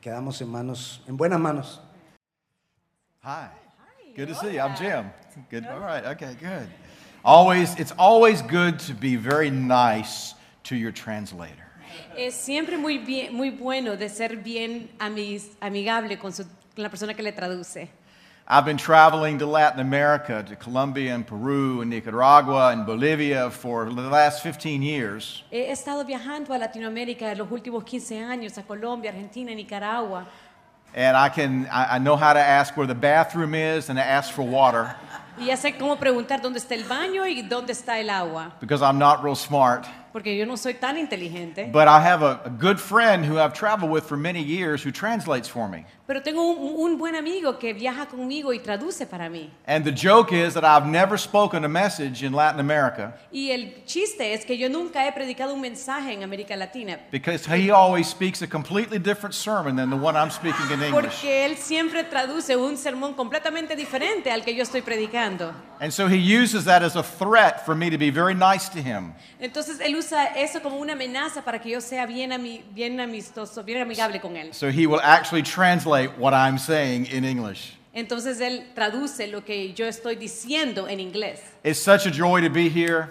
quedamos en manos, en buenas manos. Hi. Good to see you. I'm Jim. Good. All right. Okay, good. Always it's always good to be very nice to your translator. Es siempre muy, bien, muy bueno de ser bien amis- amigable con, su- con la persona que le traduce. I've been traveling to Latin America, to Colombia and Peru and Nicaragua and Bolivia for the last 15 years. He estado viajando a Latinoamérica en los últimos 15 años, a Colombia, Argentina, Nicaragua. And I can I, I know how to ask where the bathroom is and to ask for water Y ya sé cómo preguntar dónde está el baño y dónde está el agua, because I'm not real smart. porque yo no soy tan inteligente. But I have a, a good friend who I've traveled with for many years who translates for me. Pero tengo un, un buen amigo que viaja conmigo y traduce para mí. And the joke is that I've never spoken a message in Latin America Y el chiste es que yo nunca he predicado un mensaje en América Latina, because he always speaks a completely different sermon than the one I'm speaking in English. porque él siempre traduce un sermón completamente diferente al que yo estoy predicando. And so he uses that as a threat for me to be very nice to him. Entonces él usa eso como una amenaza para que yo sea bien, ami- bien amistoso, bien amigable con él. So he will actually translate what I'm saying in English. Entonces él traduce lo que yo estoy diciendo en inglés. It's such a joy to be here.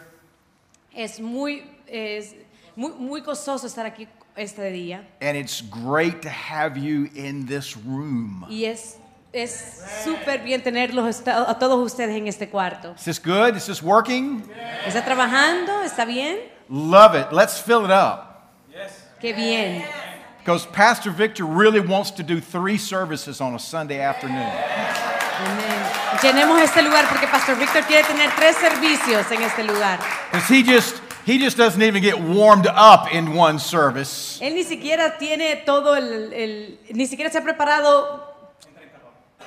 Es muy, es muy, muy gozoso estar aquí este día And it's great to have you in this room. y es es súper bien tenerlos esta- a todos ustedes en este cuarto. Is this good? Is this working? ¿Está trabajando? ¿Está bien? Love it. Let's fill it up. Qué bien. Because Pastor Victor really wants to do three services on a Sunday afternoon. Amén. Llenemos este lugar porque Pastor Víctor quiere tener tres servicios en este lugar. Because he just he just doesn't even get warmed up in one service. Él ni siquiera tiene todo el, el- ni siquiera se ha preparado.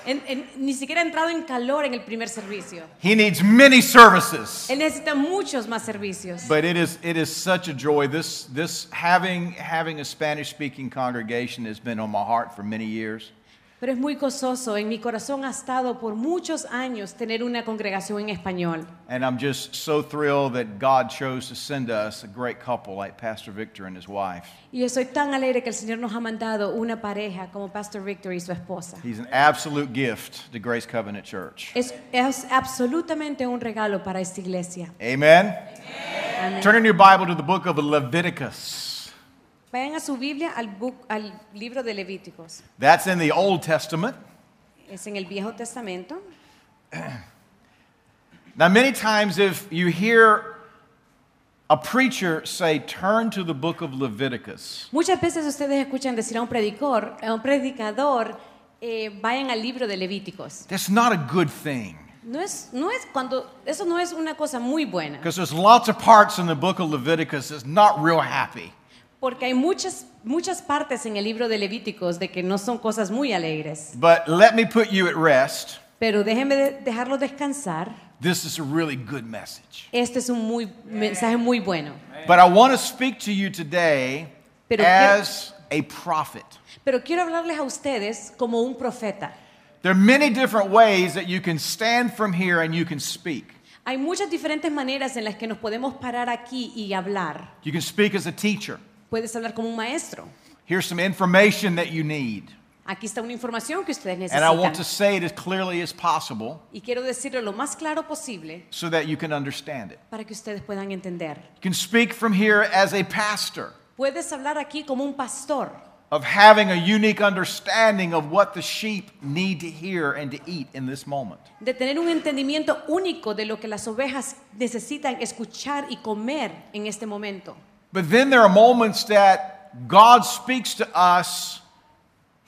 en- en- ni siquiera ha entrado en calor en el primer servicio. He needs many services. Él necesita muchos más servicios. But it is it is such a joy. This this having having a Spanish speaking congregation has been on my heart for many years. Pero es muy gozoso. En mi corazón ha estado por muchos años tener una congregación en español. And I'm just so thrilled that God chose to send us a great couple like Pastor Victor and his wife. Y yo soy tan alegre que el Señor nos ha mandado una pareja como Pastor Victor y su esposa. He's an absolute gift to Grace Covenant Church. Es, es absolutamente un regalo para esta iglesia. Amen. Amén. Turn in your Bible to the book of Leviticus. Vayan a su Biblia al, bu- al libro de Levíticos. That's in the Old Testament. Es en el Viejo Testamento. Now, many times if you hear a preacher say, turn to the book of Leviticus, Muchas veces ustedes escuchan decir a un predicador, a un predicador, eh, vayan al libro de Levíticos. that's not a good thing. No es, no es cuando, eso no es una cosa muy buena. Because there's lots of parts in the book of Leviticus that's not real happy. Porque hay muchas, muchas partes en el libro de Levíticos de que no son cosas muy alegres. But let me put you at rest. Pero déjenme de- dejarlo descansar. This is a really good message. Este es un muy, mensaje muy bueno. But I want to speak to you today Pero quiero- as a prophet. Pero quiero hablarles a ustedes como un profeta. There are many different ways that you can stand from here and you can speak. Hay muchas diferentes maneras en las que nos podemos parar aquí y hablar. You can speak as a teacher. Puedes hablar como un maestro. Here's some information that you need. Aquí está una información que ustedes And I want to necesitan. say it as clearly as possible Y quiero decirlo lo más claro posible so that you can understand it. para que ustedes puedan entender. You can speak from here as a pastor Puedes hablar aquí como un pastor, of having a unique understanding of what the sheep need to hear and to eat in this moment. de tener un entendimiento único de lo que las ovejas necesitan escuchar y comer en este momento. But then there are moments that God speaks to us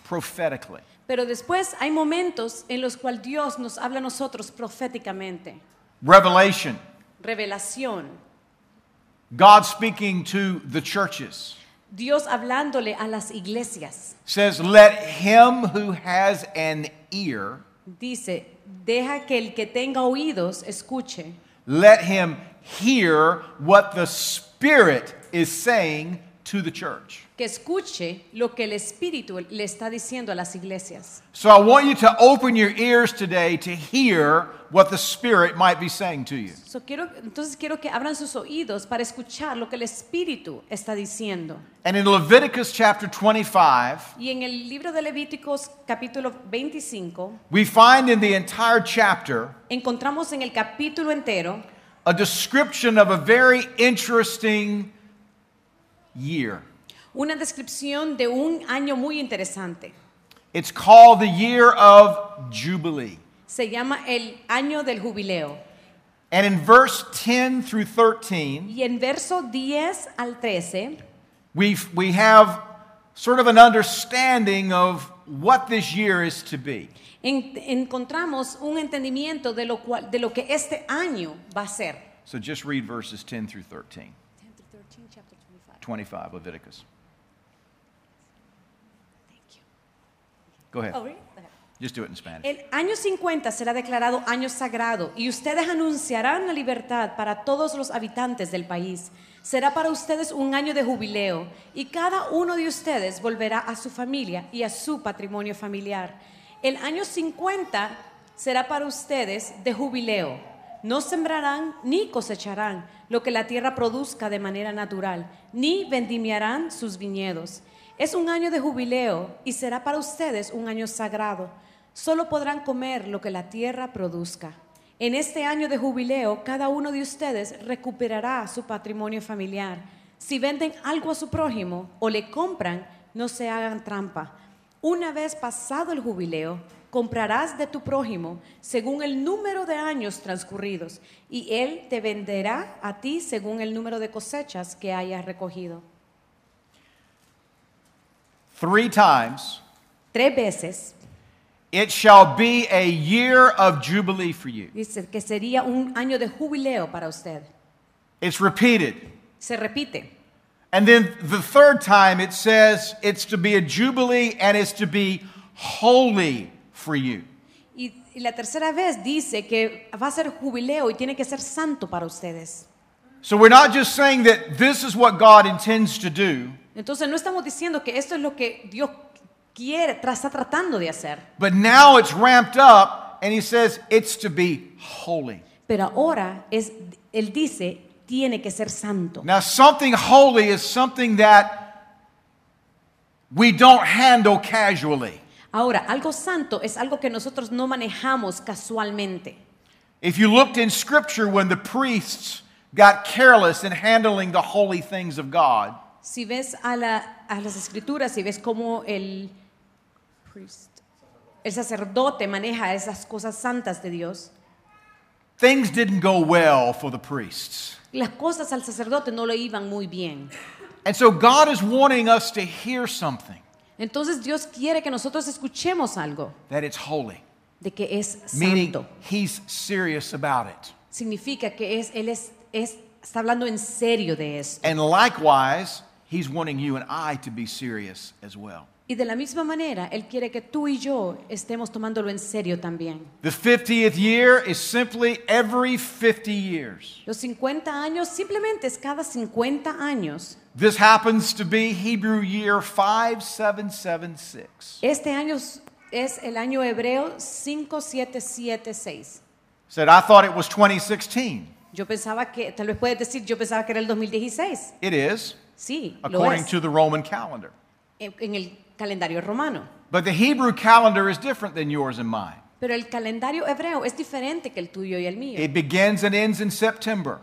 prophetically. Pero después hay momentos en los cuales Dios nos habla a nosotros proféticamente. Revelation, Revelación. God speaking to the churches, Dios hablándole a las iglesias. says, Let him who has an ear, Dice, deja que el que tenga oídos escuche, let him hear what the Spirit is saying to the church. que escuche lo que el Espíritu le está diciendo a las iglesias. So I want you to open your ears today to hear what the Spirit might be saying to you. So, quiero- entonces quiero que abran sus oídos para escuchar lo que el Espíritu está diciendo. And in Leviticus chapter 25, Y en el libro de Levíticos capítulo 25 we find in the entire chapter encontramos en el capítulo entero a description of a very interesting year. una descripción de un año muy interesante. It's called the year of Jubilee. Se llama el año del jubileo. And in verse 10 through 13, Y en verso 10 al 13 we we have sort of an understanding of what this year is to be. en- encontramos un entendimiento de lo, cual, de lo que este año va a ser. So just read verses 10 through 13, 25 Leviticus. Go ahead. Oh, really? Okay. Just do it in Spanish. El año 50 será declarado año sagrado y ustedes anunciarán la libertad para todos los habitantes del país. Será para ustedes un año de jubileo y cada uno de ustedes volverá a su familia y a su patrimonio familiar. El año 50 será para ustedes de jubileo. No sembrarán ni cosecharán lo que la tierra produzca de manera natural, ni vendimiarán sus viñedos. Es un año de jubileo y será para ustedes un año sagrado. Solo podrán comer lo que la tierra produzca. En este año de jubileo, cada uno de ustedes recuperará su patrimonio familiar. Si venden algo a su prójimo o le compran, no se hagan trampa. Una vez pasado el jubileo, comprarás de tu prójimo según el número de años transcurridos y él te venderá a ti según el número de cosechas que hayas recogido. Three times, Tres veces it shall be a year of Jubilee for you. dice que sería un año de jubileo para usted. It's repeated. Se repite. And then the third time, it says it's to be a Jubilee and it's to be holy for you. Y, y la tercera vez dice que va a ser jubileo y tiene que ser santo para ustedes. So we're not just saying that this is what God intends to do, Entonces no estamos diciendo que esto es lo que Dios quiere, tra- está tratando de hacer. but now it's ramped up and he says it's to be holy. Pero ahora es, él dice, tiene que ser santo. Now, something holy is something that we don't handle casually. Ahora, algo santo es algo que nosotros no manejamos casualmente. If you looked in scripture when the priests got careless in handling the holy things of God, Si ves a, la- a las escrituras, si ves cómo el, el sacerdote maneja esas cosas santas de Dios, things didn't go well for the priests. las cosas al sacerdote no le iban muy bien. And so God is wanting us to hear something Entonces Dios quiere que nosotros escuchemos algo that it's holy, de que es meaning santo. he's serious about it. Significa que es, Él es, es- está hablando en serio de esto. And likewise, he's wanting you and I to be serious as well. Y de la misma manera, Él quiere que tú y yo estemos tomándolo en serio también. The 50th year is simply every 50 years. Los 50 años simplemente es cada 50 años. This happens to be Hebrew year 5776. Este año es- es el año hebreo 5776. Said, I thought it was 2016. Yo pensaba que, tal vez puedes decir, yo pensaba que era el 2016. It is, Sí, lo according es, to the Roman calendar. en- en el calendario romano. But the Hebrew calendar is different than yours and mine. Pero el calendario hebreo es diferente que el tuyo y el mío. It begins and ends in September.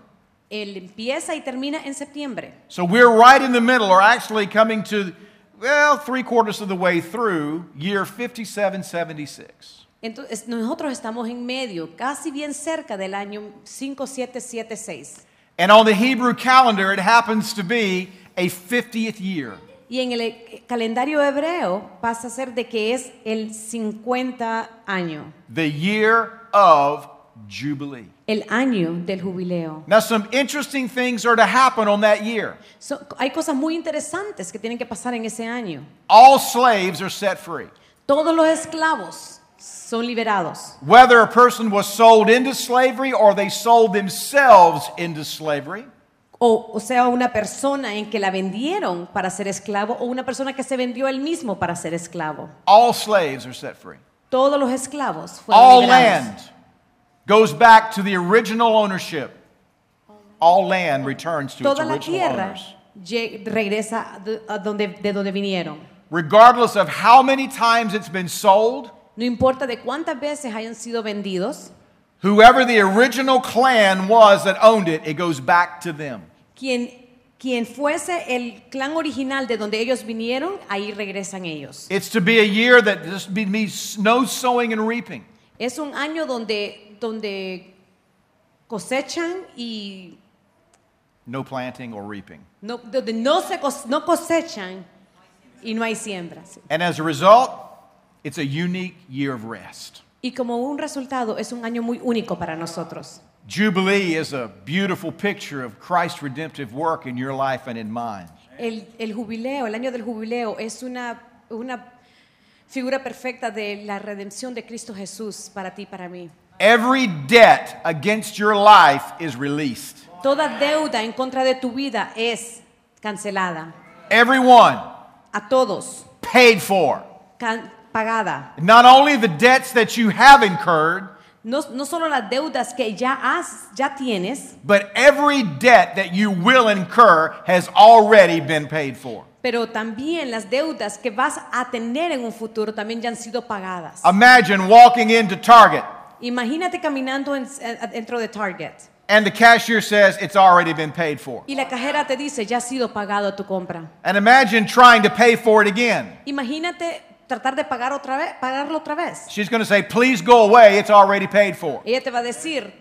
Él empieza y termina en septiembre. So we're right in the middle, or actually coming to, well, three quarters of the way through year 5776. Entonces, nosotros estamos en medio, casi bien cerca del año 5776. And on the Hebrew calendar, it happens to be a 50th year. Y en el eh, calendario hebreo pasa a ser de que es el 50 año, the year of Jubilee. el año del jubileo. Now, some interesting things are to happen on that year. So, hay cosas muy interesantes que tienen que pasar en ese año. All slaves are set free. Todos los esclavos son liberados. Whether a person was sold into slavery or they sold themselves into slavery, o, o sea, una persona en que la vendieron para ser esclavo o una persona que se vendió él mismo para ser esclavo. All slaves are set free. Todos los esclavos fueron All liberados. land goes back to the original ownership. All land returns to its Toda la original tierra owners. lle- regresa de, a donde, de donde vinieron. Regardless of how many times it's been sold, No importa de cuántas veces hayan sido vendidos, whoever the original clan was that owned it, it goes back to them. quien, quien fuese el clan original de donde ellos vinieron, ahí regresan ellos. It's to be a year that just be me no sowing and reaping. Es un año donde, donde cosechan y No planting or reaping. no, donde no, se cos- no cosechan y no hay siembras. And as a result, it's a unique year of rest. Y como un resultado, es un año muy único para nosotros. Jubilee is a beautiful picture of Christ's redemptive work in your life and in mine. El, el jubileo, el año del jubileo, es una, una figura perfecta de la redención de Cristo Jesús para ti y para mí. Every debt against your life is released. Toda deuda en contra de tu vida es cancelada. Everyone A todos, paid for. can- pagada. Not only the debts that you have incurred, No, no solo las deudas que ya, has, ya tienes, but every debt that you will incur has already been paid for. pero también las deudas que vas a tener en un futuro también ya han sido pagadas. Ah. Imagine walking into Target Imagínate caminando en- eh, dentro de Target and the cashier says it's already been paid for. y la cajera te dice, ya ha sido pagado tu compra. And imagine trying to pay for it again. Imagínate tratar de pagar otra vez, pagarlo otra vez. She's going to say, "Please go away. It's already paid for." Ella te va a decir,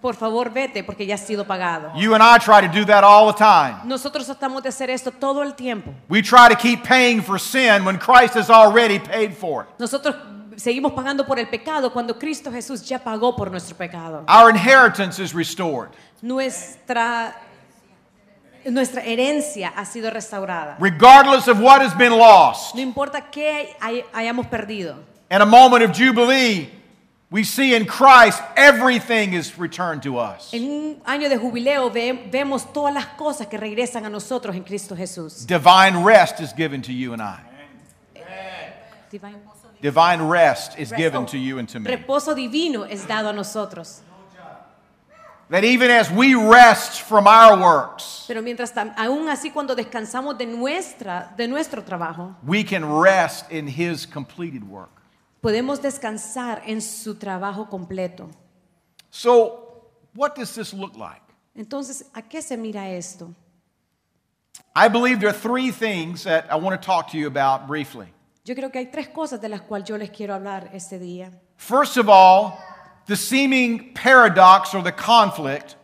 por favor vete porque ya ha sido pagado. You and I try to do that all the time. Nosotros tratamos de hacer esto todo el tiempo. We try to keep paying for sin when Christ has already paid for it. Nosotros seguimos pagando por el pecado cuando Cristo Jesús ya pagó por nuestro pecado. Our inheritance is restored. Nuestra, nuestra herencia ha sido restaurada. Regardless of what has been lost, No importa qué hay- hayamos perdido. in a moment of jubilee, we see in Christ everything is returned to us. En un año de jubileo ve- vemos todas las cosas que regresan a nosotros en Cristo Jesús. Divine rest is given to you and I. Divine- Divine rest is given to you and to me. Reposo divino es dado a nosotros. That even as we rest from our works, Pero mientras tam- aún así cuando descansamos de nuestra de nuestro trabajo, we can rest in His completed work. podemos descansar en su trabajo completo. So, what does this look like? Entonces, ¿a qué se mira esto? I believe there are three things that I want to talk to you about briefly. Yo creo que hay tres cosas de las cuales yo les quiero hablar este día. First of all, the seeming paradox or the conflict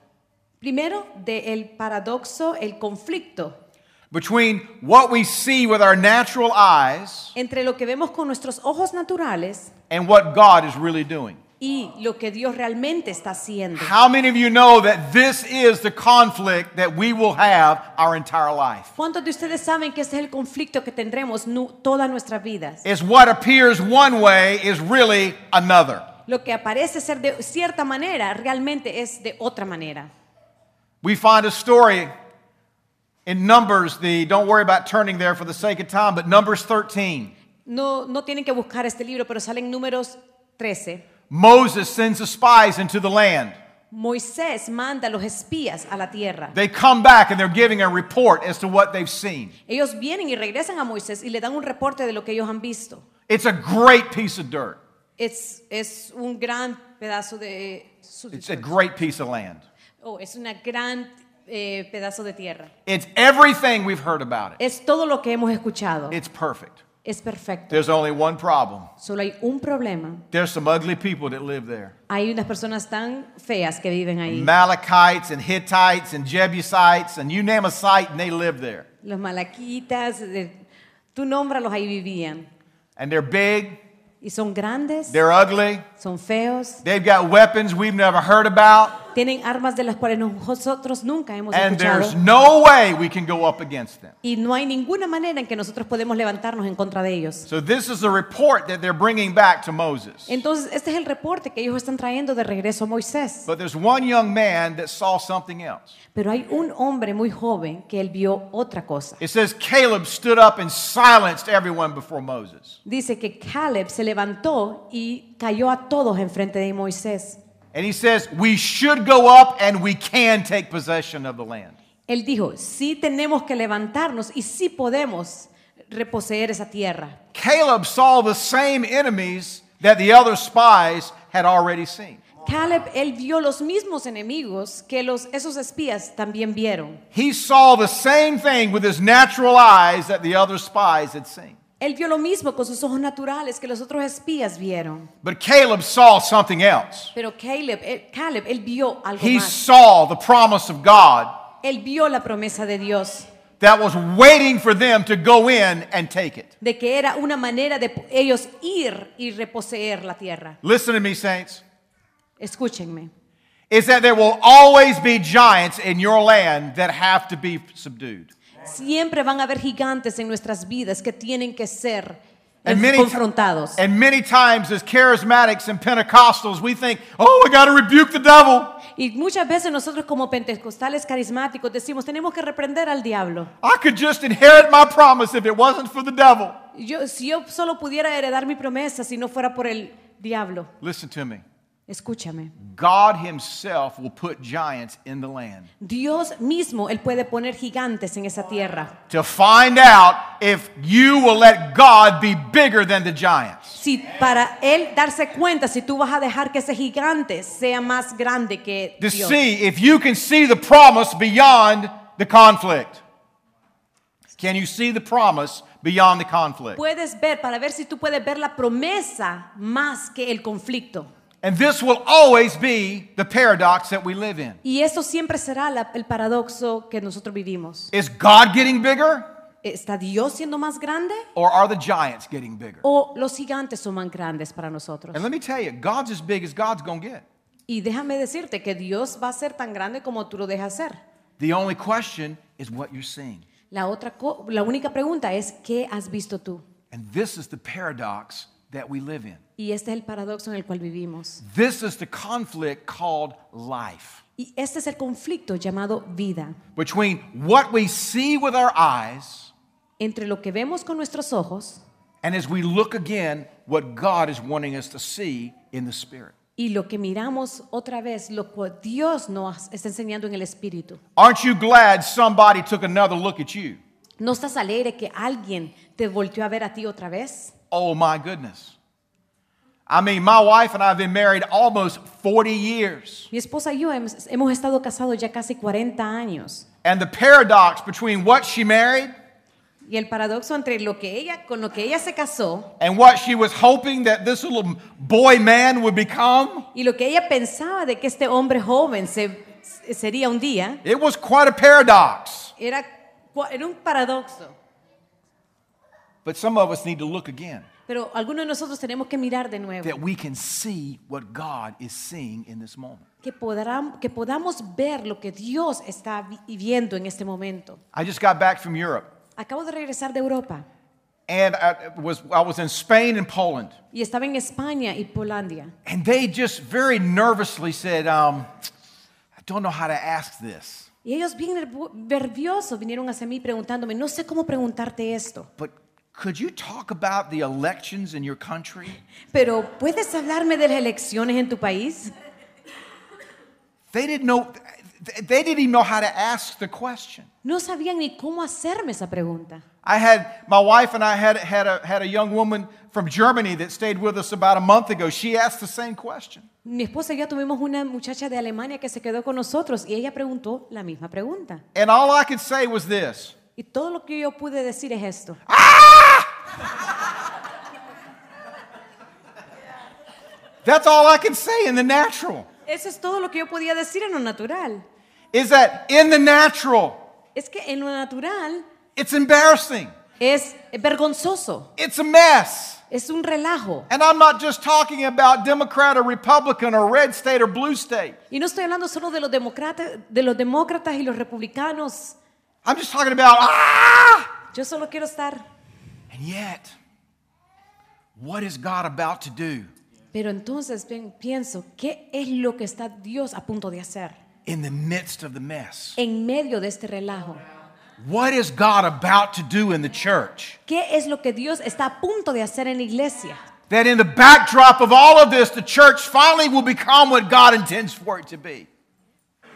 Primero, del paradoxo, el conflicto between what we see with our natural eyes entre lo que vemos con nuestros ojos naturales and what God is really doing. y lo que Dios realmente está haciendo. How many of you know that this is the conflict that we will have our entire life? ¿Cuántos de ustedes saben que ese es el conflicto que tendremos nu- todas nuestras vidas? Is what appears one way is really another. Lo que aparece ser de cierta manera realmente es de otra manera. We find a story in Numbers, the don't worry about turning there for the sake of time, but Numbers 13. No, no tienen que buscar este libro, pero salen números 13. Moses sends the spies into the land. Moisés manda a los espías a la tierra. They come back and they're giving a report as to what they've seen. Ellos vienen y regresan a Moisés y le dan un reporte de lo que ellos han visto. It's a great piece of dirt. Es, es un gran pedazo de... su- It's a great piece of land. Oh, es una gran eh, pedazo de tierra. It's everything we've heard about it. Es todo lo que hemos escuchado. It's perfect. Es perfecto. There's only one problem. Solo hay un problema. There's some ugly people that live there. Hay unas personas tan feas que viven ahí. Malachites and Hittites and Jebusites and you name a site and they live there. Los malaquitas, eh, tú nómbralos, ahí vivían. And they're big, Y son grandes, they're ugly, son feos, they've got weapons we've never heard about. tienen armas de las cuales nosotros nunca hemos and escuchado. there's no way we can go up against them. Y no hay ninguna manera en que nosotros podemos levantarnos en contra de ellos. So this is the report that they're bringing back to Moses. Entonces, este es el reporte que ellos están trayendo de regreso a Moisés. But there's one young man that saw something else. Pero hay un hombre muy joven que él vio otra cosa. It says Caleb stood up and silenced everyone before Moses. Dice que Caleb se levantó y cayó a todos enfrente de Moisés. And he says, "We should go up and we can take possession of the land." Él dijo, sí tenemos que levantarnos y sí podemos reposeer esa tierra. Caleb saw the same enemies that the other spies had already seen. Caleb, él vio los mismos enemigos que los, esos espías también vieron. He saw the same thing with his natural eyes that the other spies had seen. Él vio lo mismo con sus ojos naturales que los otros espías vieron. But Caleb saw something else. Pero Caleb, él, Caleb, él vio algo He más. saw the promise of God Él vio la promesa de Dios that was waiting for them to go in and take it. de que era una manera de po- ellos ir y reposeer la tierra. Listen to me, saints. Escúchenme. Is that there will always be giants in your land that have to be subdued. Siempre van a haber gigantes en nuestras vidas que tienen que ser And eh, many, confrontados. and many times, as charismatics and Pentecostals, we think, oh, we got to rebuke the devil. Y muchas veces nosotros como pentecostales carismáticos decimos, tenemos que reprender al diablo. I could just inherit my promise if it wasn't for the devil. Yo, si yo solo pudiera heredar mi promesa si no fuera por el diablo. Listen to me. Escúchame. God Himself will put giants in the land Dios mismo, Él puede poner gigantes en esa tierra. to find out if you will let God be bigger than the giants. Si para Él darse cuenta, si tú vas a dejar que ese gigante sea más grande que To Dios. see if you can see the promise beyond the conflict. Can you see the promise beyond the conflict? Puedes ver, para ver si tú puedes ver la promesa más que el conflicto. And this will always be the paradox that we live in. Y eso siempre será la- el paradoxo que nosotros vivimos. Is God getting bigger ¿Está Dios siendo más grande or are the giants getting bigger? o los gigantes son más grandes para nosotros? And let me tell you, God's as big as God's going to get. Y déjame decirte que Dios va a ser tan grande como tú lo dejas ser. The only question is what you're seeing. La, otra co- la única pregunta es, ¿qué has visto tú? And this is the paradox that we live in. Y este es el paradoxo en el cual vivimos. This is the conflict called life Y este es el conflicto llamado vida between what we see with our eyes entre lo que vemos con nuestros ojos and as we look again, what God is wanting us to see in the Spirit. y lo que miramos otra vez, lo que Dios nos está enseñando en el Espíritu. Aren't you glad somebody took another look at you? ¿No estás alegre que alguien te volteó a ver a ti otra vez? Oh my goodness. I mean, my wife and I have been married almost 40 years. Mi esposa y yo hemos, hemos estado casados ya casi 40 años. And the paradox between what she married Y el paradoxo entre lo que ella, con lo que ella se casó and what she was hoping that this little boy man would become, y lo que ella pensaba de que este hombre joven se, se- sería un día, it was quite a paradox. era, cua- era un paradoxo. But some of us need to look again Pero algunos de nosotros tenemos que mirar de nuevo, that we can see what God is seeing in this moment. que, podrán- que podamos ver lo que Dios está vi- viendo en este momento. I just got back from Europe Acabo de regresar de Europa and I was, I was in Spain and Poland. y estaba en España y Polandia. And they just very nervously said, um, I don't know how to ask this, Y ellos bien nervo- nerviosos vinieron hacia mí preguntándome, no sé cómo preguntarte esto, but could you talk about the elections in your country? pero ¿puedes hablarme de las elecciones en tu país? They didn't know, they didn't even know how to ask the question. No sabían ni cómo hacerme esa pregunta. I had my wife and I had, had, a, had a young woman from Germany that stayed with us about a month ago. She asked the same question. Mi esposa y yo tuvimos una muchacha de Alemania que se quedó con nosotros y ella preguntó la misma pregunta. And all I could say was this Y todo lo que yo pude decir es esto. that's all I could say in the natural. Eso es todo lo que yo podía decir en lo natural. Is that in the natural, Es que en lo natural it's embarrassing, es vergonzoso, it's a mess, Es un relajo. And I'm not just talking about Democrat or Republican or red state or blue state. Y no estoy hablando solo de los demócratas, de los demócratas y los republicanos. I'm just talking about, ah! Yo solo quiero estar. And yet, what is God about to do Pero entonces pi- pienso, ¿qué es lo que está Dios a punto de hacer in the midst of the mess? en medio de este relajo? What is God about to do in the church? ¿Qué es lo que Dios está a punto de hacer en la iglesia? That in the backdrop of all of this, the church finally will become what God intends for it to be.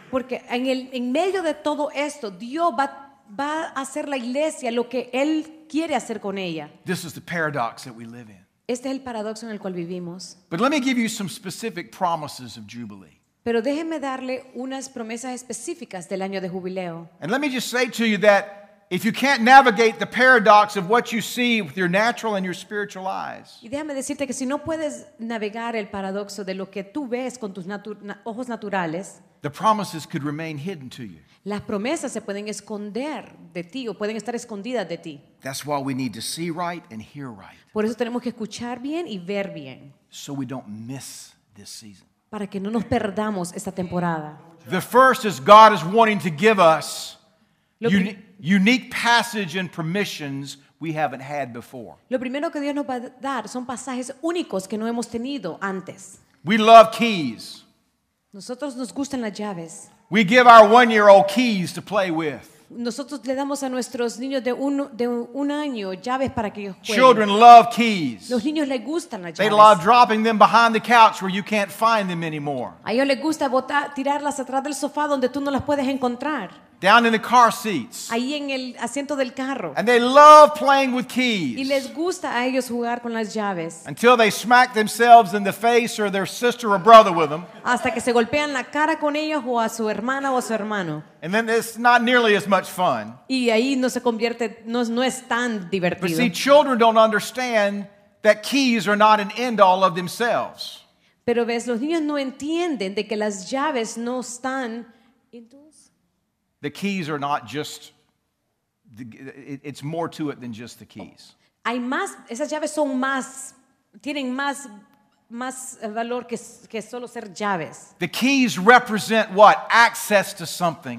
Porque en, el, en medio de todo esto, Dios va, va a hacer la iglesia lo que Él quiere hacer con ella. This is the paradox that we live in. Este es el paradoxo en el cual vivimos. But let me give you some specific promises of Jubilee. Pero déjenme darle unas promesas específicas del año de jubileo. And let me just say to you that if you can't navigate the paradox of what you see with your natural and your spiritual eyes, Y déjame decirte que si no puedes navegar el paradoxo de lo que tú ves con tus natu- na- ojos naturales, the promises could remain hidden to you. las promesas se pueden esconder de ti o pueden estar escondidas de ti. That's why we need to see right and hear right Por eso tenemos que escuchar bien y ver bien, so we don't miss this season. para que no nos perdamos esta temporada. The first is God is wanting to give us Lo uni- unique passage and permissions we haven't had before. Lo primero que Dios nos va a dar son pasajes únicos que no hemos tenido antes. We love keys. Nosotros nos gustan las llaves. We give our one year old keys to play with. Nosotros le damos a nuestros niños de un, de un año llaves para que ellos jueguen. Children love keys. Los niños les gustan las They love llaves. dropping them behind the couch where you can't find them anymore. A ellos les gusta botar, tirarlas atrás del sofá donde tú no las puedes encontrar. Down in the car seats. Ahí en el asiento del carro. And they love playing with Y keys les gusta a ellos jugar con las llaves. until they smack themselves in the face or their sister or brother with them. Hasta que se golpean la cara con ellos o a su hermana o a su hermano. And then it's not nearly as much fun. Y ahí no se convierte, no, no es tan But divertido. see, children don't understand that keys are not an end all of themselves. Pero ves, los niños no entienden de que las llaves no están. The keys are not just, the- it- it's more to it than just the keys. Hay más, esas llaves son más, tienen más, más eh, valor que, s- que solo ser llaves. The keys represent what? Access to something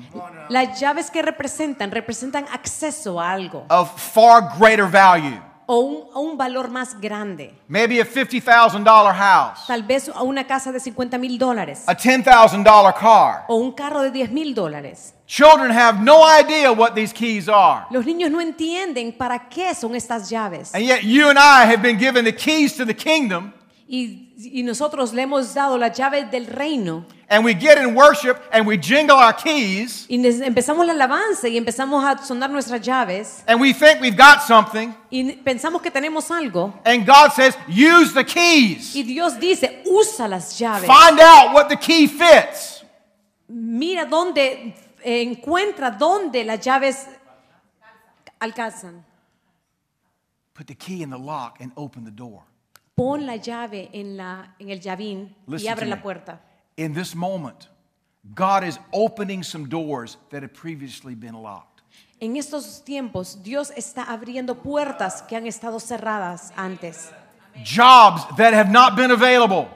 Las llaves que representan, representan acceso a algo of far greater value. o un, o un valor más grande. Maybe a $50,000 house, Tal vez a una casa de 50 mil dólares a $10,000 car. o un carro de 10 mil dólares. Children have no idea what these keys are. Los niños no entienden para qué son estas llaves. And yet, you and I have been given the keys to the kingdom, Y, y nosotros le hemos dado las llaves del reino and we get in worship and we jingle our keys, Y ne- empezamos la alabanza y empezamos a sonar nuestras llaves and we think we've got something, y ne- pensamos que tenemos algo. and God says, use the keys. Y Dios dice, usa las llaves. Find out what the key fits. Mira dónde, eh, encuentra dónde las llaves alcanzan. Put the key in the lock and open the door. Pon la llave en, la, en el llavín y Listen abre to la me. puerta. In this moment, God is opening some doors that had previously been locked. En estos tiempos, Dios está abriendo puertas que han estado cerradas antes. Jobs that have not been available,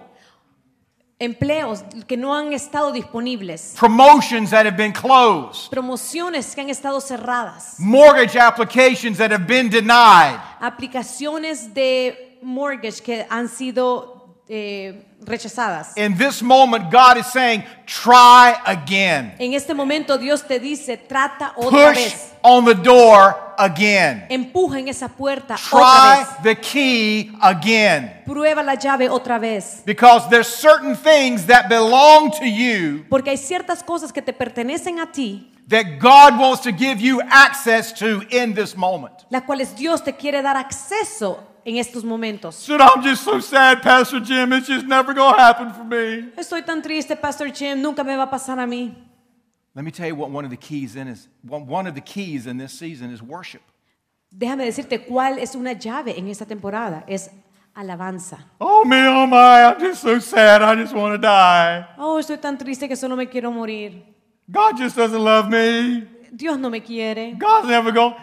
Empleos que no han estado disponibles. promotions that have been closed, Promociones que han estado cerradas. mortgage applications that have been denied. aplicaciones de mortgage que han sido eh, rechazadas. In this moment, God is saying, try again. En este momento Dios te dice, trata otra Push vez. on the door again. Empuja en esa puerta otra Try vez. the key again. Prueba la llave otra vez. Because there's certain things that belong to you Porque hay ciertas cosas que te pertenecen a ti, that God wants to give you access to in this moment. las cuales Dios te quiere dar acceso en estos momentos. Said, I'm just so sad, Pastor Jim. It's just never going to happen for me. Estoy tan triste, Pastor Jim, nunca me va a pasar a mí. Let me tell you what one of the keys in is. One one of the keys in this season is worship. Déjame decirte cuál es una llave en esta temporada. Es alabanza. Oh me, oh my, I'm just so sad. I just want to die. Oh, estoy tan triste que solo me quiero morir. God just doesn't love me. Dios no me quiere. God's never going.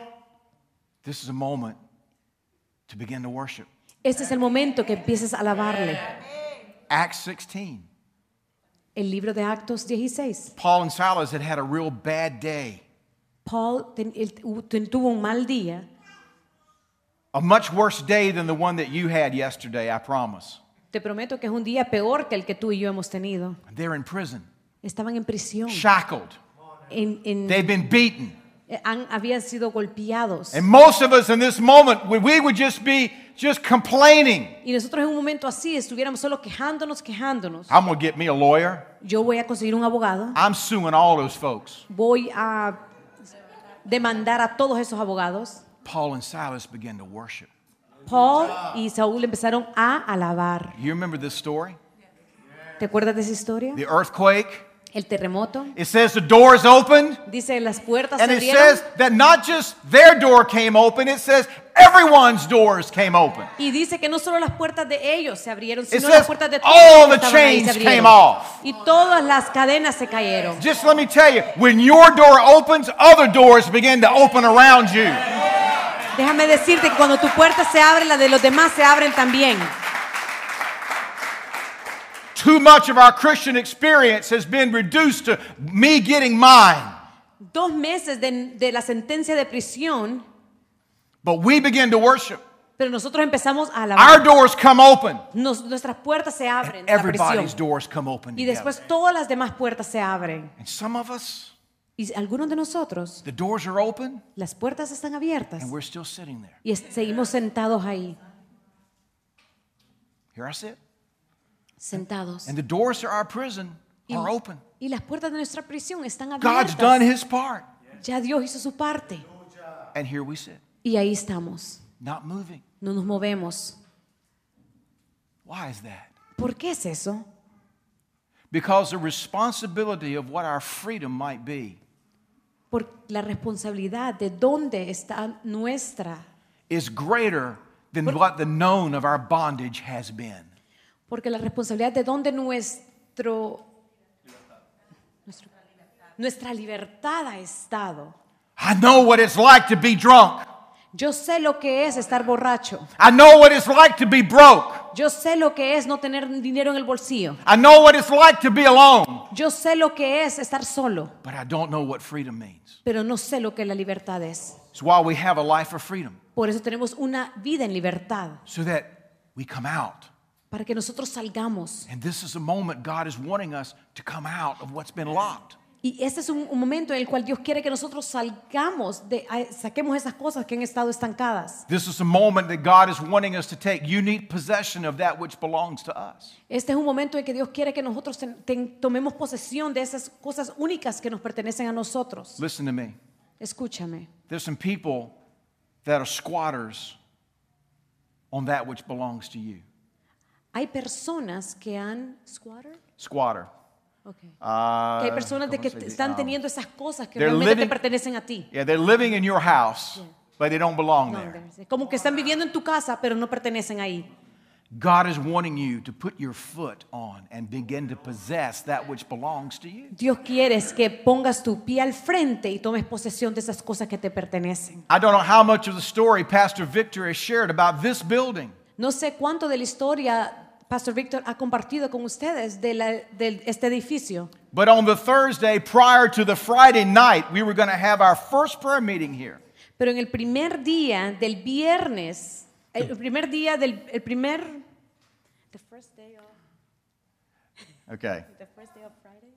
This is a moment to begin to worship. Este es el momento que empieces a alabarle. Acts 16. El libro de Actos 16. Paul and Silas had had a real bad day, Paul ten- él tu- ten- tuvo un mal día, a much worse day than the one that you had yesterday, I promise. te prometo que es un día peor que el que tú y yo hemos tenido. They're in prison, Estaban en prisión, shackled, en- en- they've been beaten. eh, han- habían sido golpeados. And most of us in this moment, we- we would just be just complaining. Y nosotros en un momento así estuviéramos solo quejándonos, quejándonos. I'm going to get me a lawyer. Yo voy a conseguir un abogado, I'm suing all those folks. voy a demandar a todos esos abogados. Paul and Silas began to worship. Paul y Saúl empezaron a alabar. You remember this story? ¿Te acuerdas de esa historia? The earthquake. El terremoto. It says the doors opened, Dice las puertas and se it abrieron. says that not just their door came open, it says everyone's doors came open. Y dice que no solo las puertas de ellos se abrieron, sino says las puertas de todos all los que the estaban ahí se chains abrieron. came off. Y todas las cadenas se cayeron. Just let me tell you, when your door opens, other doors begin to open around you. Déjame decirte que cuando tu puerta se abre, la de los demás se abren también. Too much of our Christian experience has been reduced to me getting mine. Dos meses de, de la sentencia de prisión, But we begin to worship. pero nosotros empezamos a alabar. Our doors come open. Nos- nuestras puertas se abren, la prisión. Everybody's doors come open. Y together. después todas las demás puertas se abren. And some of us, Y algunos de nosotros, the doors are open las puertas están abiertas and we're still sitting there. y es- seguimos sentados ahí, Here I sit. sentados. And the doors to our prison Y, are open. y las puertas de nuestra prisión están God's done abiertas. his part. Ya Dios hizo su parte. And here we sit, Y ahí estamos. not moving. No nos movemos. Why is that? ¿Por qué es eso? Because the responsibility of what our freedom might be Por la responsabilidad de dónde está nuestra. is greater than what the known of our bondage has been. Porque la responsabilidad de dónde nuestro, nuestro- nuestra libertad ha estado. I know what it's like to be drunk. Yo sé lo que es estar borracho. I know what it's like to be broke. Yo sé lo que es no tener dinero en el bolsillo. I know what it's like to be alone. Yo sé lo que es estar solo. But I don't know what freedom means. Pero no sé lo que la libertad es. It's why we have a life of freedom, Por eso tenemos una vida en libertad. so that we come out. Para que nosotros salgamos. And this is a moment God is wanting us to come out of what's been locked. Y este es un, un momento en el cual Dios quiere que nosotros salgamos, de, a- saquemos esas cosas que han estado estancadas. This is a moment that God is wanting us to take unique possession of that which belongs to us. Este es un momento en que Dios quiere que nosotros ten- ten- tomemos posesión de esas cosas únicas que nos pertenecen a nosotros. Listen to me. Escúchame, There's some people that are squatters on that which belongs to you. hay personas que han... squatter? Squatter. Ok. Uh, que hay personas de ¿cómo que se te- dice? están Um, teniendo esas cosas que they're realmente living- te pertenecen a ti. Yeah, they're living in your house, but they don't belong there. Como que están viviendo en tu casa, pero no pertenecen ahí. God is wanting you to put your foot on and begin to possess that which belongs to you. Dios quiere es que pongas tu pie al frente y tomes posesión de esas cosas que te pertenecen. I don't know how much of the story Pastor Victor has shared about this building, No sé cuánto de la historia Pastor Víctor ha compartido con ustedes de, la- de este edificio, but on the Thursday prior to the Friday night, we were going to have our first prayer meeting here. pero en el primer día del viernes, el primer día del el primer the first day of- Okay. the first day of Friday?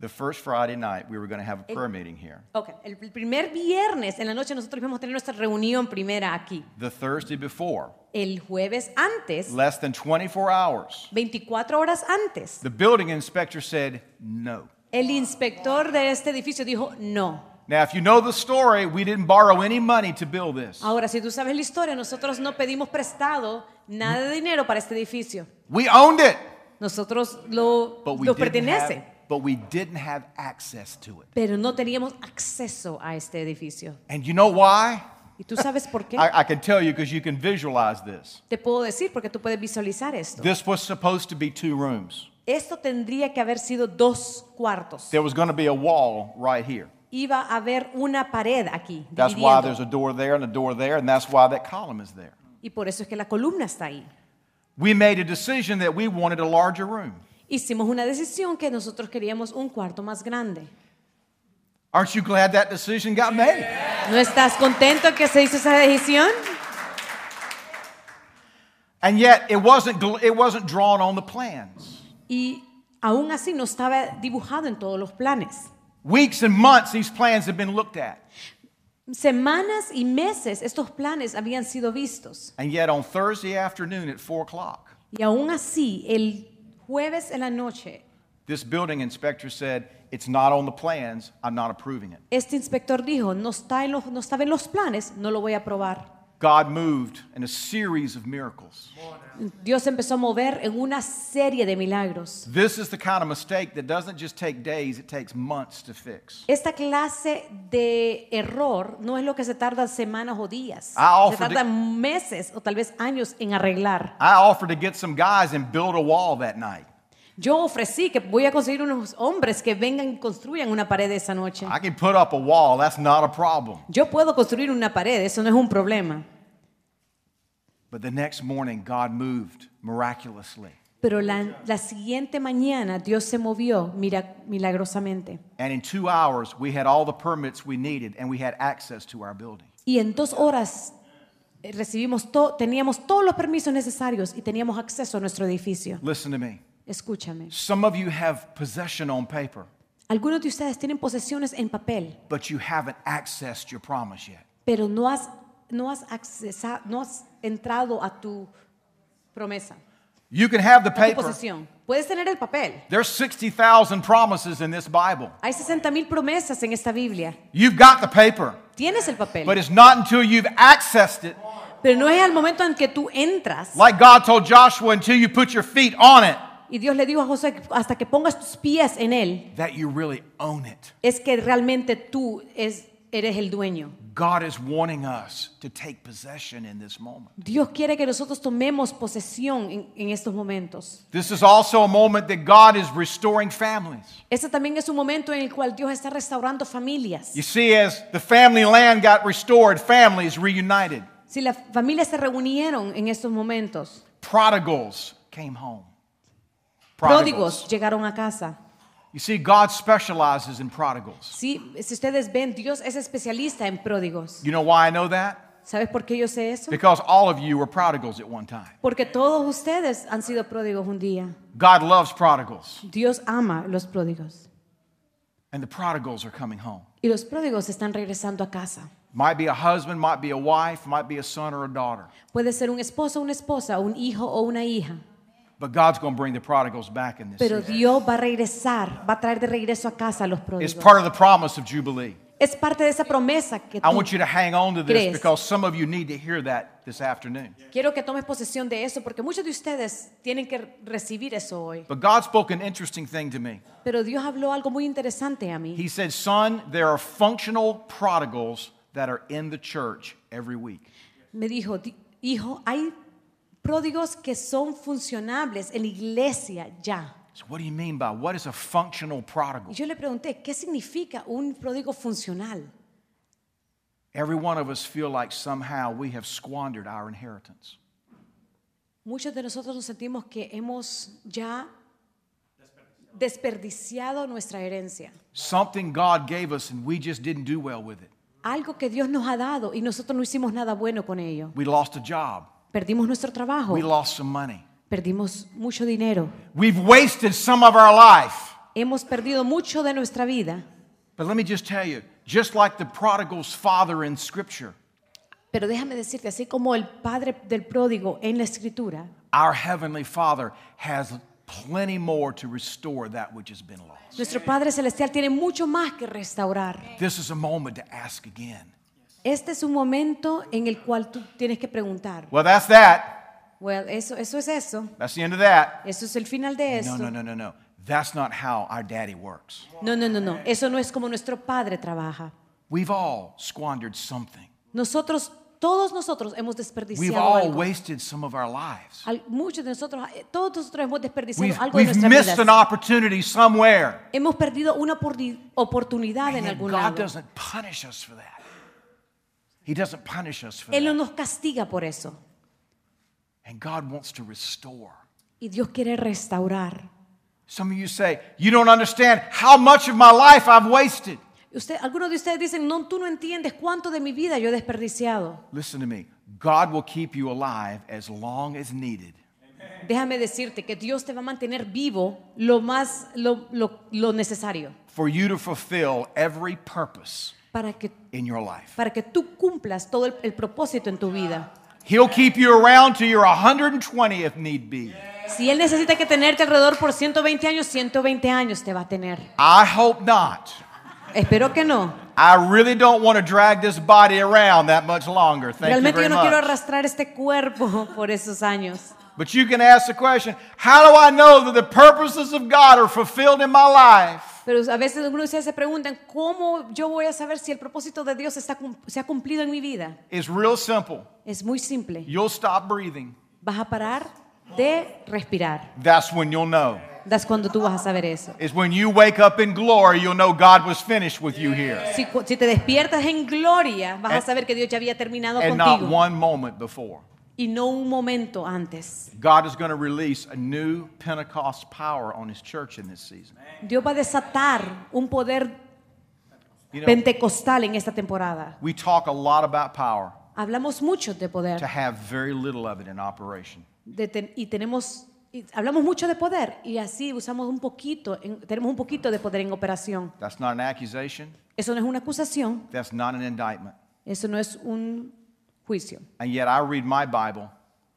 The first Friday night, we were going to have a prayer meeting here. Okay, el el primer viernes en la noche nosotros íbamos a tener nuestra reunión primera aquí. The Thursday before, El jueves antes, less than 24 hours, 24 horas antes, the building inspector said no. el inspector de este edificio dijo no. Now, if you know the story, we didn't borrow any money to build this. Ahora, si tú sabes la historia, nosotros no pedimos prestado nada de dinero para este edificio. We owned it. Nosotros lo But we, nos didn't pertenece, have, but we didn't have access to it. pero no teníamos acceso a este edificio. And you know why? ¿Y tú sabes por qué? I, I can tell you because you can visualize this. Te puedo decir porque tú puedes visualizar esto. This was supposed to be two rooms. Esto tendría que haber sido dos cuartos. There was going to be a wall right here. Iba a haber una pared aquí, That's why dividiendo. there's a door there and a door there, and that's why that column is there. Y por eso es que la columna está ahí. We made a decision that we wanted a larger room. Hicimos una decisión que nosotros queríamos un cuarto más grande. Aren't you glad that decision got made? ¿No estás contento que se hizo esa decisión? And yet, it wasn't, gl- it wasn't drawn on the plans. Y aún así no estaba dibujado en todos los planes. Weeks and months, these plans have been looked at. Semanas y meses estos planes habían sido vistos. And yet, on Thursday afternoon at 4 o'clock, Y aún así, el jueves en la noche, this building inspector said, It's not on the plans, I'm not approving it. este inspector dijo, no, está en los, no estaba en los planes, no lo voy a aprobar. God moved in a series of miracles. Dios empezó a mover en una serie de milagros. This is the kind of mistake that doesn't just take days, it takes months to fix. Esta clase de error no es lo que se tarda semanas o días. Ah, oh, se for the- tardan meses o tal vez años en arreglar. I offered to get some guys and build a wall that night. Yo ofrecí que voy a conseguir unos hombres que vengan y construyan una pared esa noche. I can put up a wall, that's not a problem. Yo puedo construir una pared, eso no es un problema. But the next morning, God moved miraculously. Pero la, la siguiente mañana Dios se movió mira- milagrosamente. And in two hours, we had all the permits we needed and we had access to our building. Y en dos horas eh, recibimos to- teníamos todos los permisos necesarios y teníamos acceso a nuestro edificio. Listen to me. Escúchame, Some of you have possession on paper, algunos de ustedes tienen posesiones en papel, but you haven't accessed your promise yet. pero no has, no has, accesa- no has entrado a tu promesa, You can have the a tu paper. posesión. Puedes tener el papel. There's 60,000 promises in this Bible. Hay 60 mil promesas en esta Biblia. You've got the paper, Tienes el papel, but it's not until you've accessed it, pero no es al momento en que tú entras. like God told Joshua, until you put your feet on it, Y Dios le dijo a José, hasta que pongas tus pies en él, that you really own it. es que realmente tú es- eres el dueño. God is wanting us to take possession in this moment. Dios quiere que nosotros tomemos posesión en, en estos momentos. This is also a moment that God is restoring families. Ese Este también es un momento en el cual Dios está restaurando familias. You see, as the family land got restored, families reunited, Si las familias se reunieron en estos momentos, prodigals came home. pródigos llegaron a casa. You see, God specializes in prodigals. Sí, si ustedes ven, Dios es especialista en pródigos. You know why I know that? ¿Sabes por qué yo sé eso? Because all of you were prodigals at one time. Porque todos ustedes han sido pródigos un día. God loves prodigals, Dios ama los pródigos. and the prodigals are coming home. Y los pródigos están regresando a casa. Might be a husband, might be a wife, might be a son or a daughter. Puede ser un esposo, una esposa, un hijo o una hija. But God's going to bring the prodigals back in this Pero season. Dios va a regresar, va a traer de regreso a casa a los It's pródigos. part of the promise of Jubilee. Es parte de esa promesa que I tú. want you to hang on to this crees. because some of you need to hear that this afternoon. Quiero que tomes posesión de eso porque muchos de ustedes tienen que recibir eso hoy. But God spoke an interesting thing to me. Pero Dios habló algo muy interesante a mí. He said, Son, there are functional prodigals that are in the church every week. Me dijo, "Di- hijo, hay pródigos que son funcionables en la iglesia ya. So, what do you mean by what is a functional Y prodigal? yo le pregunté, ¿qué significa un pródigo funcional? Every one of us feel like somehow we have squandered our inheritance. Muchos de nosotros nos sentimos que hemos ya desperdiciado nuestra herencia. Something God gave us and we just didn't do well with it. Algo que Dios nos ha dado y nosotros no hicimos nada bueno con ello. We lost a job. Perdimos nuestro trabajo, We lost some money. perdimos mucho dinero, We've wasted some of our life. hemos perdido mucho de nuestra vida. But let me just tell you, just like the prodigal's father in Scripture, Pero déjame decirte, así como el padre del pródigo en la escritura, our Heavenly Father has plenty more to restore that which has been lost. nuestro Padre Celestial tiene mucho más que restaurar. This is a moment to ask again. Este es un momento en el cual tú tienes que preguntar, Well, that's that. well, eso, eso es eso, That's the end of that. eso es el final de No, esto. no, no, no, no. That's not how our daddy works. No, no, no, no. Eso no es como nuestro Padre trabaja. We've all squandered something, Nosotros, todos nosotros hemos we've desperdiciado all algo. wasted some of our lives. Al- muchos de nosotros, eh, todos nosotros hemos desperdiciado We've, algo de we've nuestra missed an vida. opportunity somewhere. Hemos perdido una oportuni- oportunidad en And algún God lado. doesn't punish us for that. He doesn't punish us for Él no that. nos castiga por eso. And God wants to restore. Y Dios quiere restaurar. Some of you say, You don't understand how much of my life I've wasted. Usted, algunos de ustedes dicen, no, tú no entiendes cuánto de mi vida yo he desperdiciado. Listen to me. God will keep you alive as long as needed. Déjame decirte que Dios te va a mantener vivo lo más, lo, lo- lo necesario for you to fulfill every purpose para que, in your life. para que tú cumplas todo el, el propósito en tu vida. He'll keep you around till you're 120 if need be. Si Él necesita que tenerte alrededor por 120 años, 120 años te va a tener. I hope not. Espero que no. I really don't want to drag this body around that much longer. Thank Realmente you yo very no quiero much. arrastrar este cuerpo por esos años. But you can ask the question, how do I know that the purposes of God are fulfilled in my life? Pero a veces algunos de ustedes se preguntan, ¿cómo yo voy a saber si el propósito de Dios está cum- se ha cumplido en mi vida? It's real simple. Es muy simple. You'll stop breathing. Vas a parar de respirar. That's when you'll know. Das cuando tú vas a saber eso. It's when you wake up in glory, you'll know God was finished with you here. Si, cu- si te despiertas en gloria, vas a And- saber que Dios ya había terminado And not contigo. eh, one moment before. Y no un momento antes. God is going to release a new Pentecost power on his church in this season. Dios va a desatar un poder You know, pentecostal en esta temporada. we talk a lot about power Hablamos mucho de to poder have very little of it in operation. de ten- y tenemos y hablamos mucho de poder y así usamos un poquito, en- tenemos un poquito de poder en operación. That's not an accusation, Eso no es una acusación, that's not an indictment. eso no es un juicio. And yet I read my Bible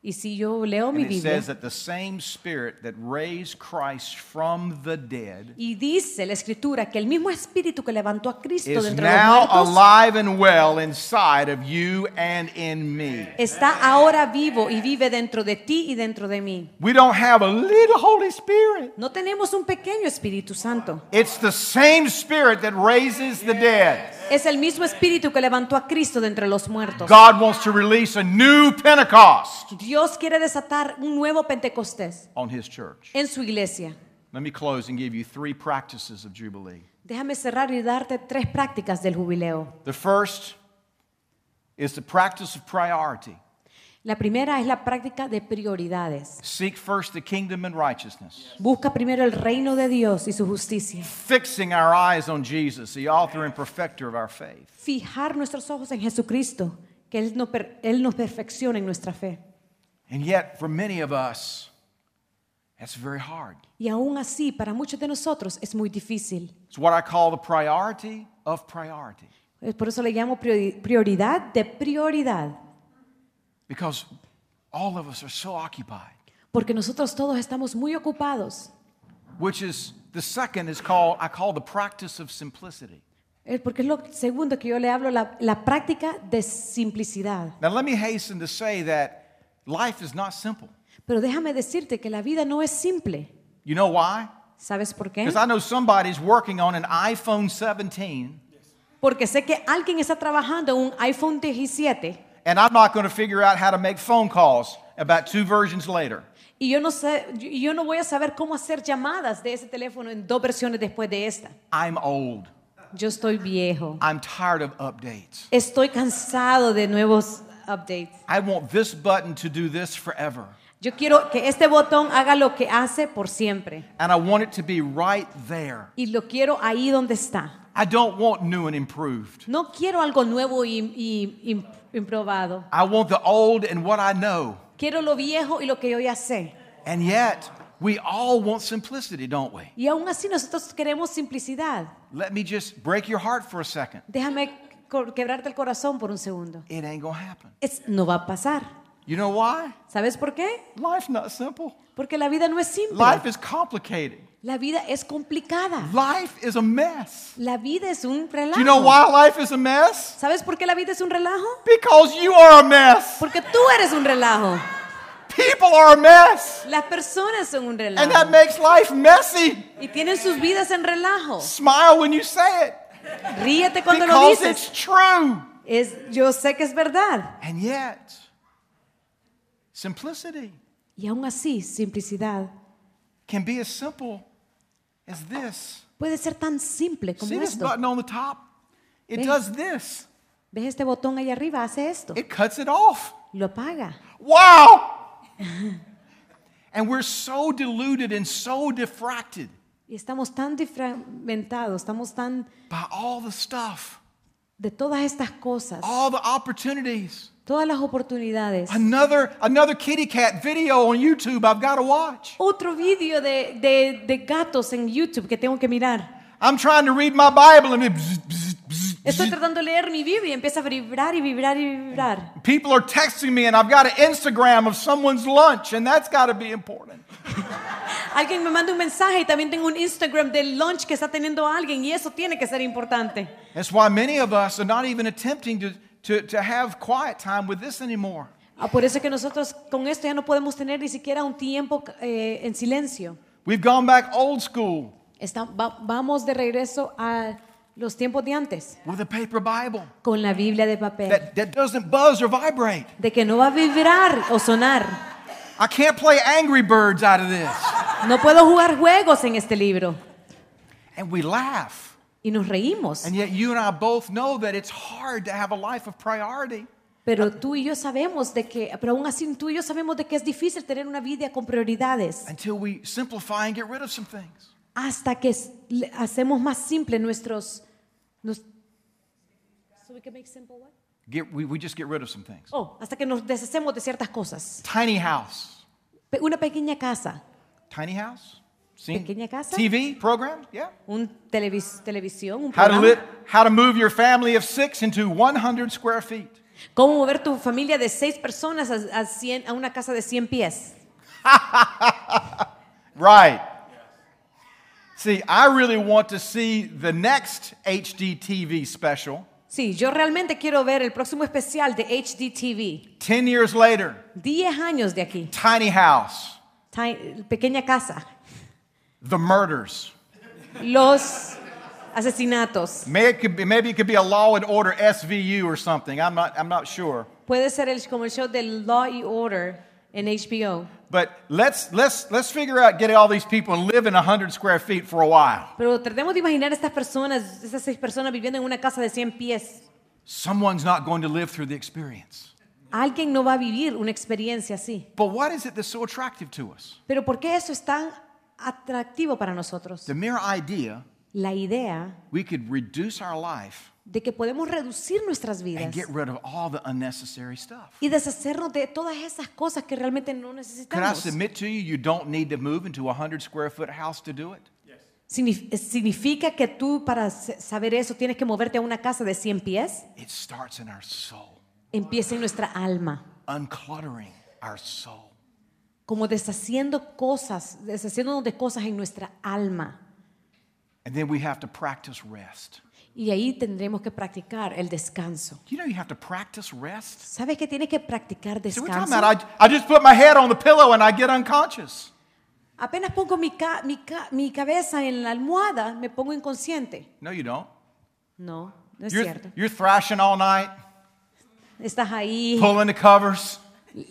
Y si yo leo mi and it Biblia says that the same spirit that raised Christ from the dead y dice la escritura que el mismo espíritu que levantó a Cristo is dentro de los now muertos alive and well inside of you and in me. está ahora vivo y vive dentro de ti y dentro de mí. We don't have a little Holy Spirit. No tenemos un pequeño Espíritu Santo. It's the same spirit that raises the dead. Es el mismo espíritu que levantó a Cristo de entre los muertos. God wants to release a new Pentecost Dios quiere desatar un nuevo Pentecostés on His church. en su iglesia. Let me close and give you three practices of Jubilee. Déjame cerrar y darte tres prácticas del jubileo. The first is the practice of priority La primera es la práctica de prioridades. seek first the kingdom and righteousness, Busca primero el reino de Dios y su justicia. fixing our eyes on Jesus, the author and perfecter of our faith. Fijar nuestros ojos en Jesucristo, que Él nos, per- Él nos perfecciona en nuestra fe. And yet, for many of us, that's very hard. Y aún así, para muchos de nosotros es muy difícil. It's what I call the priority of priority Eh, Por eso le llamo priori- prioridad de prioridad, because all of us are so occupied. porque nosotros todos estamos muy ocupados. Which is the second is called, I call the practice of simplicity. Eh, Porque es lo segundo que yo le hablo, la, la práctica de simplicidad. Now, let me hasten to say that life is not simple. Pero déjame decirte que la vida no es simple. You know why? ¿Sabes por qué? Because I know somebody's working on an iPhone 17, Porque sé que alguien está trabajando en un iPhone 17 and I'm not going to figure out how to make phone calls about two versions later. y yo no sé, yo- yo no voy a saber cómo hacer llamadas de ese teléfono en dos versiones después de esta. I'm old. Yo estoy viejo. I'm tired of updates. Estoy cansado de nuevos updates. I want this button to do this forever, Yo quiero que este botón haga lo que hace por siempre and I want it to be right there. y lo quiero ahí donde está. I don't want new and improved. No quiero algo nuevo y, y- im- improbado. I want the old and what I know. Quiero lo viejo y lo que yo ya sé. And yet, we all want simplicity, don't we? Y aún así nosotros queremos simplicidad. Let me just break your heart for a second. Déjame co- quebrarte el corazón por un segundo. It ain't gonna happen. Es, no va a pasar. You know why? ¿Sabes por qué? Life's not simple. Porque la vida no es simple. Life is complicated. La vida es complicada. Life is a mess. La vida es un Do relajo. you know why life is a mess? ¿Sabes por qué la vida es un relajo? Because you are a mess. Porque tú eres un relajo. People are a mess. Las personas son un And that relajo. makes life messy. Y tienen sus vidas en relajo. Smile when you say it. Ríete cuando lo Because dices. it's true. Es, yo sé que es verdad. And yet, simplicity Y aún así, simplicidad can be as simple as this. puede ser tan simple See como this esto. button on the top? It Ve. does this. Eh. ¿Ves este botón ahí arriba? Hace esto. It cuts it off. Lo apaga. Wow! And we're so deluded and so diffracted Y estamos tan fragmentados, estamos tan by all the stuff, de todas estas cosas, all the opportunities. todas las oportunidades. Another another kitty cat video on YouTube I've got to watch. Otro vídeo de, de- de gatos en YouTube que tengo que mirar. I'm trying to read my Bible and it bzz, bzz, bzz, Estoy bzz. tratando de leer mi Biblia y empieza a vibrar y vibrar y vibrar. people are texting me and I've got an Instagram of someone's lunch and that's got to be important. Alguien me manda un mensaje y también tengo un Instagram del lunch que está teniendo alguien y eso tiene que ser importante. That's why many of us are not even attempting to, to, to have quiet time with this anymore. Ah, por eso es que nosotros con esto ya no podemos tener ni siquiera un tiempo eh, en silencio. We've gone back old school Está- va- vamos de regreso a los tiempos de antes, with a paper Bible con la Biblia de papel, that, that doesn't buzz or vibrate. de que no va a vibrar o sonar. I can't play Angry Birds out of this. No puedo jugar juegos en este libro. And we laugh. Y nos reímos. And yet you and I both know that it's hard to have a life of priority. Pero tú y yo sabemos de que, pero aún así tú y yo sabemos de que es difícil tener una vida con prioridades. until we simplify and get rid of some things. hasta que s- le- hacemos más simple nuestros nos- Get, we, we just get rid of some things. oh, hasta que nos deshacemos de ciertas cosas. Tiny house. Pe- Una pequeña casa, Tiny house? Seen- Pequeña casa? TV programs? Yeah. un televis- televisión, un How to, programa. lit, how to move your family of six into 100 square feet. Cómo mover tu familia de seis personas a, a, 100 a una casa de 100 pies. Right. See, I really want to see the next HDTV special Sí, yo realmente quiero ver el próximo especial de HDTV. 10 years later. 10 años de aquí. Tiny house. Ti- pequeña casa. The murders. Los asesinatos. Maybe it could be, maybe it could be a law and order SVU or something. I'm not, I'm not sure. Puede ser el, como el show de Law and Order en HBO. But let's let's let's figure out getting all these people and live in hundred square feet for a while. Pero tratemos de imaginar estas personas, esas seis personas viviendo en una casa de 100 pies. Someone's not going to live through the experience. Alguien no va a vivir una experiencia así. But what is it that's so attractive to us? Pero ¿por qué eso es tan atractivo para nosotros? The mere idea La idea we could reduce our life de que podemos reducir nuestras and vidas get rid of all the unnecessary stuff. y deshacernos de todas esas cosas que realmente no Could I necesitamos. submit to you? You don't need to move into a hundred square foot house to do it. Signif- eh, ¿Significa que tú para se- saber eso tienes que moverte a una casa de 100 pies? It starts in our soul, Empieza en nuestra alma, uncluttering our soul. como deshaciendo cosas, deshaciéndonos de cosas en nuestra alma. And then we have to practice rest. Y ahí tendremos que practicar el descanso. You know, you have to practice rest. ¿Sabes que tienes que practicar So we're talking about descanso? I, I just put my head on the pillow and I get unconscious. Apenas pongo mi, ca- mi, ca- mi cabeza en la almohada, me pongo inconsciente. No, you don't. No, no es You're, cierto. you're thrashing all night, Estás ahí pulling the covers.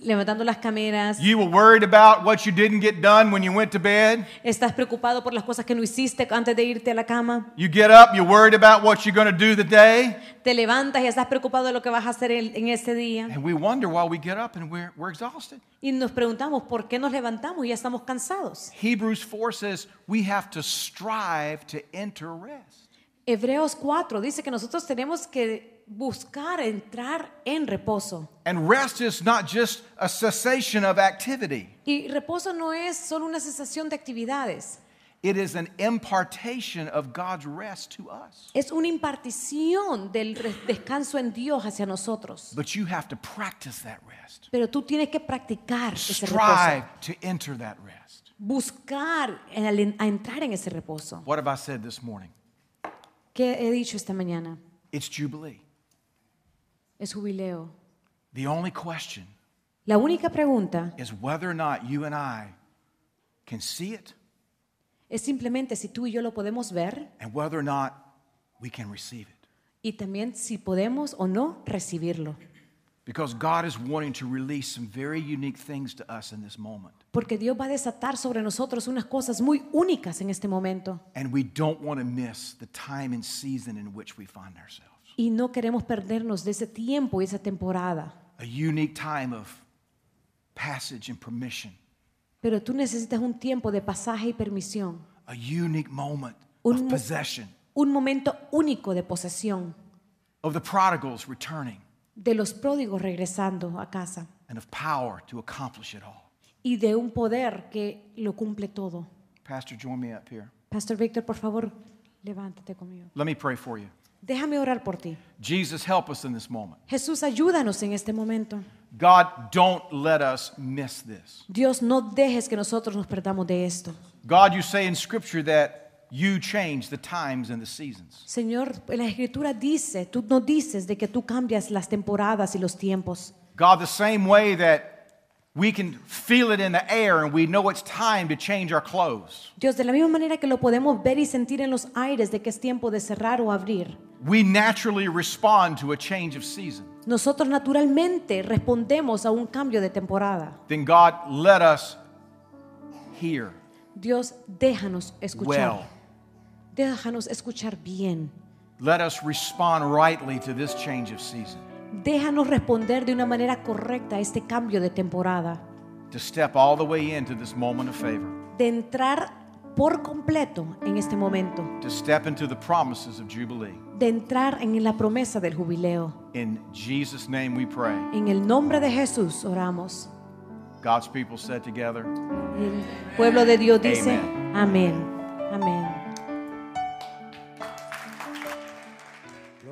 levantando las cameras, You were worried about what you didn't get done when you went to bed. estás preocupado por las cosas que no hiciste antes de irte a la cama, You get up, you're worried about what you're going to do the day. te levantas y estás preocupado de lo que vas a hacer en, en ese día. And we wonder why we get up and we're, we're exhausted. Y nos preguntamos por qué nos levantamos y ya estamos cansados. Hebrews 4 says we have to strive to enter rest. Hebreos 4 dice que nosotros tenemos que buscar entrar en reposo. And rest is not just a cessation of activity, Y reposo no es solo una sensación de actividades, it is an impartation of God's rest to us. es una impartición del re- descanso en Dios hacia nosotros. But you have to practice that rest. Pero tú tienes que practicar ese Strive reposo, to enter that rest. buscar en el- a entrar en ese reposo. What have I said this morning? ¿Qué he dicho esta mañana? It's Jubilee. Es jubileo. The only question La única pregunta is whether or not you and I can see it es simplemente si tú y yo lo podemos ver and whether or not we can receive it. y también si podemos o no recibirlo. Because God is wanting to release some very unique things to us in this moment. Porque Dios va a desatar sobre nosotros unas cosas muy únicas en este momento. And we don't want to miss the time and season in which we find ourselves. Y no queremos perdernos de ese tiempo y esa temporada. A unique time of passage and permission, Pero tú necesitas un tiempo de pasaje y permisión, a unique moment Un of mo- possession, un momento único de posesión, of the prodigals returning, de los pródigos regresando a casa and of power to accomplish it all. y de un poder que lo cumple todo. Pastor, join me up here. Pastor Víctor, por favor, levántate conmigo. Let me pray for you. Déjame orar por ti. Jesus, help us in this moment. Jesús, ayúdanos en este momento. God, don't let us miss this. Dios, no dejes que nosotros nos perdamos de esto. God, you say in Scripture that you change the times and the seasons. Señor, en la escritura dice, tú no dices de que tú cambias las temporadas y los tiempos. God, the same way that we can feel it in the air and we know it's time to change our clothes, Dios, de la misma manera que lo podemos ver y sentir en los aires de que es tiempo de cerrar o abrir, we naturally respond to a change of season. nosotros naturalmente respondemos a un cambio de temporada. Then, God, let us hear Dios, déjanos escuchar. well. Déjanos escuchar bien. Let us respond rightly to this change of season, Déjanos responder de una manera correcta a este cambio de temporada. to step all the way into this moment of favor, De entrar por completo en este momento. to step into the promises of Jubilee. De entrar en la promesa del jubileo. In Jesus' name we pray. En el nombre de Jesús oramos. God's people said together, El pueblo de Dios dice, Amen. amén. Amén.